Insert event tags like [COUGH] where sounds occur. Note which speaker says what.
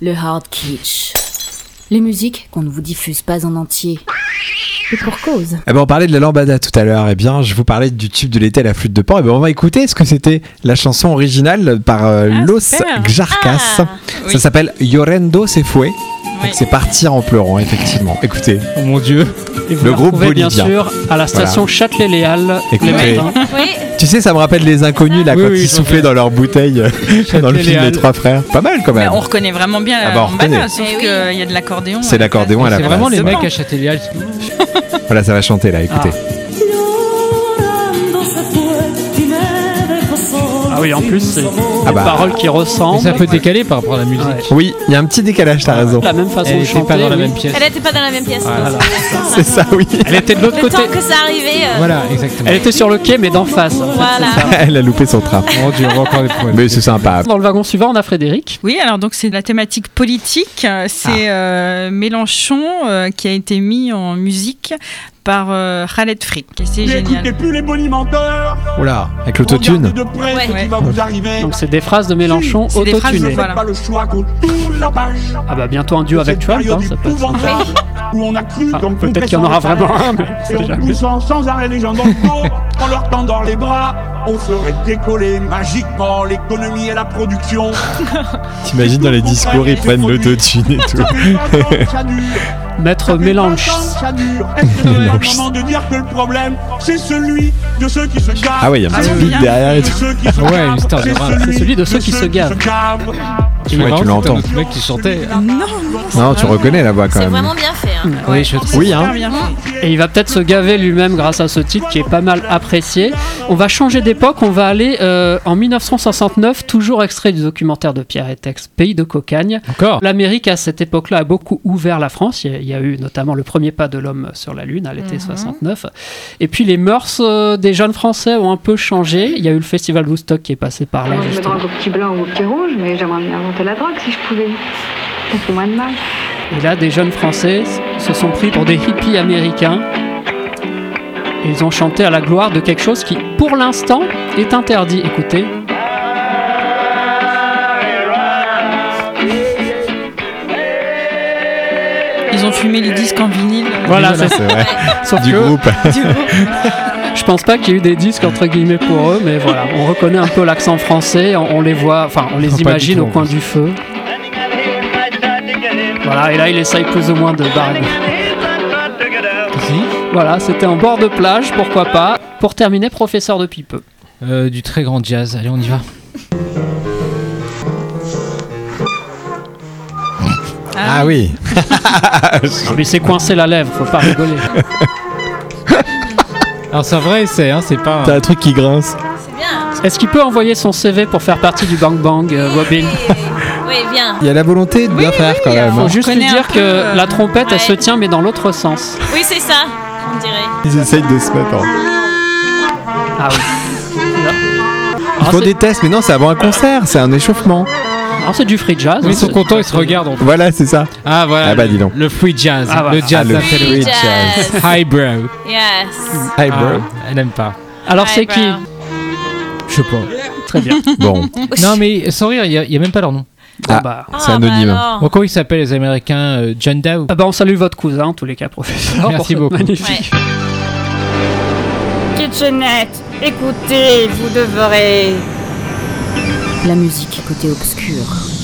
Speaker 1: Le hard kitsch. Les musiques qu'on ne vous diffuse pas en entier. Et pour cause.
Speaker 2: Eh ben, on parlait de la lambada tout à l'heure. Eh bien, je vous parlais du tube de l'été à la flûte de pan. Eh ben, on va écouter ce que c'était la chanson originale par euh,
Speaker 3: Ah,
Speaker 2: Los
Speaker 3: super. Ah.
Speaker 2: Xarcas. Ça
Speaker 3: oui.
Speaker 2: s'appelle Llorendo se fue. Donc, C'est partir en pleurant, effectivement. Écoutez.
Speaker 4: Oh mon dieu. Et vous
Speaker 2: Le
Speaker 4: la
Speaker 2: groupe
Speaker 4: retrouvez, bien
Speaker 2: bolivien.
Speaker 4: sûr à la station Châtelet-Léal.
Speaker 2: Écoutez.
Speaker 4: les matins.
Speaker 5: Oui,
Speaker 2: Tu sais, ça me rappelle les inconnus, là,
Speaker 3: Ah.
Speaker 4: Oui,
Speaker 2: quand
Speaker 4: oui,
Speaker 2: ils
Speaker 4: je
Speaker 2: soufflaient
Speaker 4: vois.
Speaker 2: dans leur bouteille
Speaker 4: [LAUGHS]
Speaker 2: euh, dans le
Speaker 4: Châtelet-Léal.
Speaker 2: film Les Trois Frères. Pas mal, quand
Speaker 3: Mais
Speaker 2: même.
Speaker 3: Bah, on reconnaît vraiment bien
Speaker 2: Ah
Speaker 3: la
Speaker 2: bah, on
Speaker 3: lambada,
Speaker 2: reconnaît.
Speaker 3: sauf
Speaker 5: Eh oui.
Speaker 3: qu'il y a de l'accordéon. euh.
Speaker 2: C'est l'accordéon à la
Speaker 4: C'est
Speaker 2: place.
Speaker 4: vraiment les
Speaker 3: C'est
Speaker 4: mecs
Speaker 3: bon.
Speaker 4: à Châtelet-Léal.
Speaker 2: Voilà, ça va chanter, là. Écoutez.
Speaker 4: Ah oui, en plus, c'est
Speaker 2: Ah bah.
Speaker 4: des paroles qui ressemblent.
Speaker 6: ça peut décaler par rapport à la musique.
Speaker 4: Ouais.
Speaker 2: Oui, il y a un petit décalage,
Speaker 3: Ah.
Speaker 2: t'as raison.
Speaker 4: La même façon
Speaker 6: Elle
Speaker 4: de
Speaker 6: était
Speaker 4: chanter.
Speaker 6: pas dans la
Speaker 4: oui.
Speaker 6: même pièce.
Speaker 5: elle n'était pas dans la même pièce.
Speaker 4: Voilà.
Speaker 3: Ah.
Speaker 2: C'est ça, oui.
Speaker 4: Elle était de l'autre
Speaker 5: Le
Speaker 4: côté.
Speaker 5: temps que ça arrivait. euh,
Speaker 6: Voilà, exactement.
Speaker 4: Elle était sur le quai, mais d'en face. en fait,
Speaker 5: Voilà.
Speaker 3: Ah.
Speaker 4: c'est
Speaker 2: [LAUGHS]
Speaker 4: ça.
Speaker 2: Elle a loupé son train.
Speaker 4: Oh,
Speaker 6: Mon dieu, on va encore des problèmes.
Speaker 2: Mais c'est sympa.
Speaker 4: Dans le wagon suivant, on a Frédéric.
Speaker 3: Oui, alors donc c'est la thématique politique.
Speaker 2: Ah.
Speaker 3: C'est euh, Mélenchon euh, qui a été mis en musique par euh, Khaled Frick. Et c'est génial.
Speaker 7: plus les bonimenteurs,
Speaker 2: Oula, avec l'autotune.
Speaker 7: de près
Speaker 5: Ouais. Ouais.
Speaker 7: va vous arriver. Ah,
Speaker 4: Donc, c'est des phrases de Mélenchon
Speaker 3: C'est des phrases de
Speaker 4: autotunées.
Speaker 3: Mélenchon.
Speaker 7: Pas le choix qu'on tourne la page.
Speaker 4: Ah bah, bientôt un duo avec
Speaker 7: Cette
Speaker 4: Trump, hein,
Speaker 7: période
Speaker 4: ça peut être sympa.
Speaker 7: épouvantable où on a cru
Speaker 4: Ah,
Speaker 7: qu'on
Speaker 4: Peut-être
Speaker 7: compressait
Speaker 4: qu'il y en aura
Speaker 7: le salaire.
Speaker 4: vraiment un, mais
Speaker 7: Et
Speaker 4: on sait
Speaker 7: en
Speaker 4: jamais.
Speaker 7: poussant sans arrêt les gens dans le dos, en leur tendant les bras, on ferait décoller magiquement l'économie et la production.
Speaker 2: T'imagines dans les discours, ils prennent l'autotune et tout.
Speaker 4: Maître Mélenchon.
Speaker 2: Mélenchon.
Speaker 7: Mélange. moment de dire que le problème, c'est celui de ceux qui se gavent.
Speaker 2: Ah ouais, il y a un petit
Speaker 3: Ah oui,
Speaker 2: beat
Speaker 3: bien.
Speaker 2: derrière et
Speaker 7: De
Speaker 2: tout.
Speaker 7: ceux qui se
Speaker 6: Ouais,
Speaker 7: gavent,
Speaker 6: une histoire de rap.
Speaker 4: C'est celui de ceux qui se gavent.
Speaker 7: gavent.
Speaker 2: Ouais, tu l'entends.
Speaker 6: Le mec qui chantait. euh,
Speaker 3: Non, non,
Speaker 2: [LAUGHS]
Speaker 3: c'est
Speaker 2: Non, tu
Speaker 3: vraiment-
Speaker 2: reconnais la voix quand
Speaker 5: C'est
Speaker 2: même.
Speaker 5: vraiment bien fait. hein.
Speaker 3: Ouais,
Speaker 6: je
Speaker 3: c'est
Speaker 2: Oui,
Speaker 3: super
Speaker 2: hein.
Speaker 3: bien.
Speaker 4: Et il va peut-être se gaver lui-même grâce à ce titre qui est pas mal apprécié. On va changer d'époque, on va aller euh, en 1969, toujours extrait du documentaire de Pierre Etex, Pays de Cocagne.
Speaker 6: Encore.
Speaker 4: Oh. L'Amérique à cette époque-là a beaucoup ouvert la France. Il y a- il y a eu notamment le premier pas de l'homme sur la Lune à l'été
Speaker 3: Mhm.
Speaker 4: 69. Et puis les mœurs euh, des jeunes Français ont un peu changé. Il y a eu le festival Woodstock qui est passé par là.
Speaker 8: Moi, Ah, je me
Speaker 4: justement.
Speaker 8: drogue au petit blanc ou au petit rouge, mais j'aimerais bien inventer la drogue si je pouvais. Ça fait moins de mal.
Speaker 4: Et là, des jeunes Français s- se sont pris pour des hippies américains. Et ils ont chanté à la gloire de quelque chose qui, pour l'instant, est interdit. Écoutez.
Speaker 3: Ils ont fumé les disques en vinyle.
Speaker 4: Voilà,
Speaker 2: Voilà,
Speaker 4: c'est
Speaker 2: c'est vrai.
Speaker 4: Sauf
Speaker 2: Du
Speaker 4: que
Speaker 2: groupe. [LAUGHS]
Speaker 4: je pense pas qu'il y ait eu des disques entre guillemets pour eux, mais voilà, on reconnaît un peu l'accent français, on, on les voit, enfin, on
Speaker 6: Ah, Pas
Speaker 4: les
Speaker 6: du
Speaker 4: imagine
Speaker 6: tout,
Speaker 4: au
Speaker 6: en
Speaker 4: coin
Speaker 6: plus.
Speaker 4: du feu. Voilà, et là, il essaye plus ou moins de barrer. Voilà, c'était en bord de plage, pourquoi pas. Pour terminer, professeur de Pipeux.
Speaker 6: Euh, du très grand jazz. Allez, on y va.
Speaker 2: Ah oui.
Speaker 4: Lui s'est coincé la lèvre, faut pas rigoler.
Speaker 6: Alors, c'est un vrai essai, hein, c'est pas.
Speaker 2: T'as un truc qui grince.
Speaker 5: C'est bien.
Speaker 4: Est-ce qu'il peut envoyer son CV pour faire partie du Bang Bang, euh, Robin
Speaker 5: Oui, bien.
Speaker 2: Il y a la volonté de bien faire quand même.
Speaker 4: Faut
Speaker 2: hein.
Speaker 3: on
Speaker 4: juste lui
Speaker 3: reconnaît un
Speaker 4: dire
Speaker 3: peu,
Speaker 4: que
Speaker 3: euh,
Speaker 4: la trompette, elle
Speaker 5: ouais.
Speaker 4: se tient, mais dans l'autre sens.
Speaker 5: Oui, c'est ça, on dirait.
Speaker 2: Ils essayent de se mettre en.
Speaker 4: Ah oui.
Speaker 2: Ils
Speaker 4: Ah,
Speaker 2: font
Speaker 4: c'est-
Speaker 2: des tests, mais non, c'est avant un concert, c'est un échauffement.
Speaker 4: Alors, c'est du free jazz.
Speaker 6: Mais
Speaker 4: hein,
Speaker 6: ils sont
Speaker 4: c'est-
Speaker 6: contents, ils se regardent. en fait.
Speaker 2: Voilà, c'est ça.
Speaker 6: Ah, voilà.
Speaker 2: Ah bah,
Speaker 6: le-
Speaker 2: dis donc.
Speaker 6: Le free jazz.
Speaker 4: Ah, voilà.
Speaker 6: Le jazz
Speaker 2: Ah, le
Speaker 6: appelé.
Speaker 2: free
Speaker 5: Free jazz.
Speaker 6: Highbrow.
Speaker 5: Yes.
Speaker 2: Hi,
Speaker 6: Ah,
Speaker 2: bro.
Speaker 6: elle n'aime pas.
Speaker 4: Alors, c'est qui
Speaker 5: Eyebrow.
Speaker 3: bah.
Speaker 6: Je sais pas.
Speaker 4: Très bien.
Speaker 2: Bon,
Speaker 6: Non, mais sans rire, il n'y a, il y a même pas leur nom.
Speaker 2: Ah.
Speaker 4: Bon, bah.
Speaker 5: Ah,
Speaker 2: c'est anonyme.
Speaker 5: bah alors.
Speaker 6: Bon, comment ils s'appellent les Américains euh, John Doe
Speaker 4: Ah bah, on salue votre cousin, en tous les cas, professeur.
Speaker 6: Merci
Speaker 4: pour cette
Speaker 6: beaucoup.
Speaker 4: Magnifique.
Speaker 9: Kitchenette, écoutez, vous devrez.
Speaker 1: La musique côté obscur.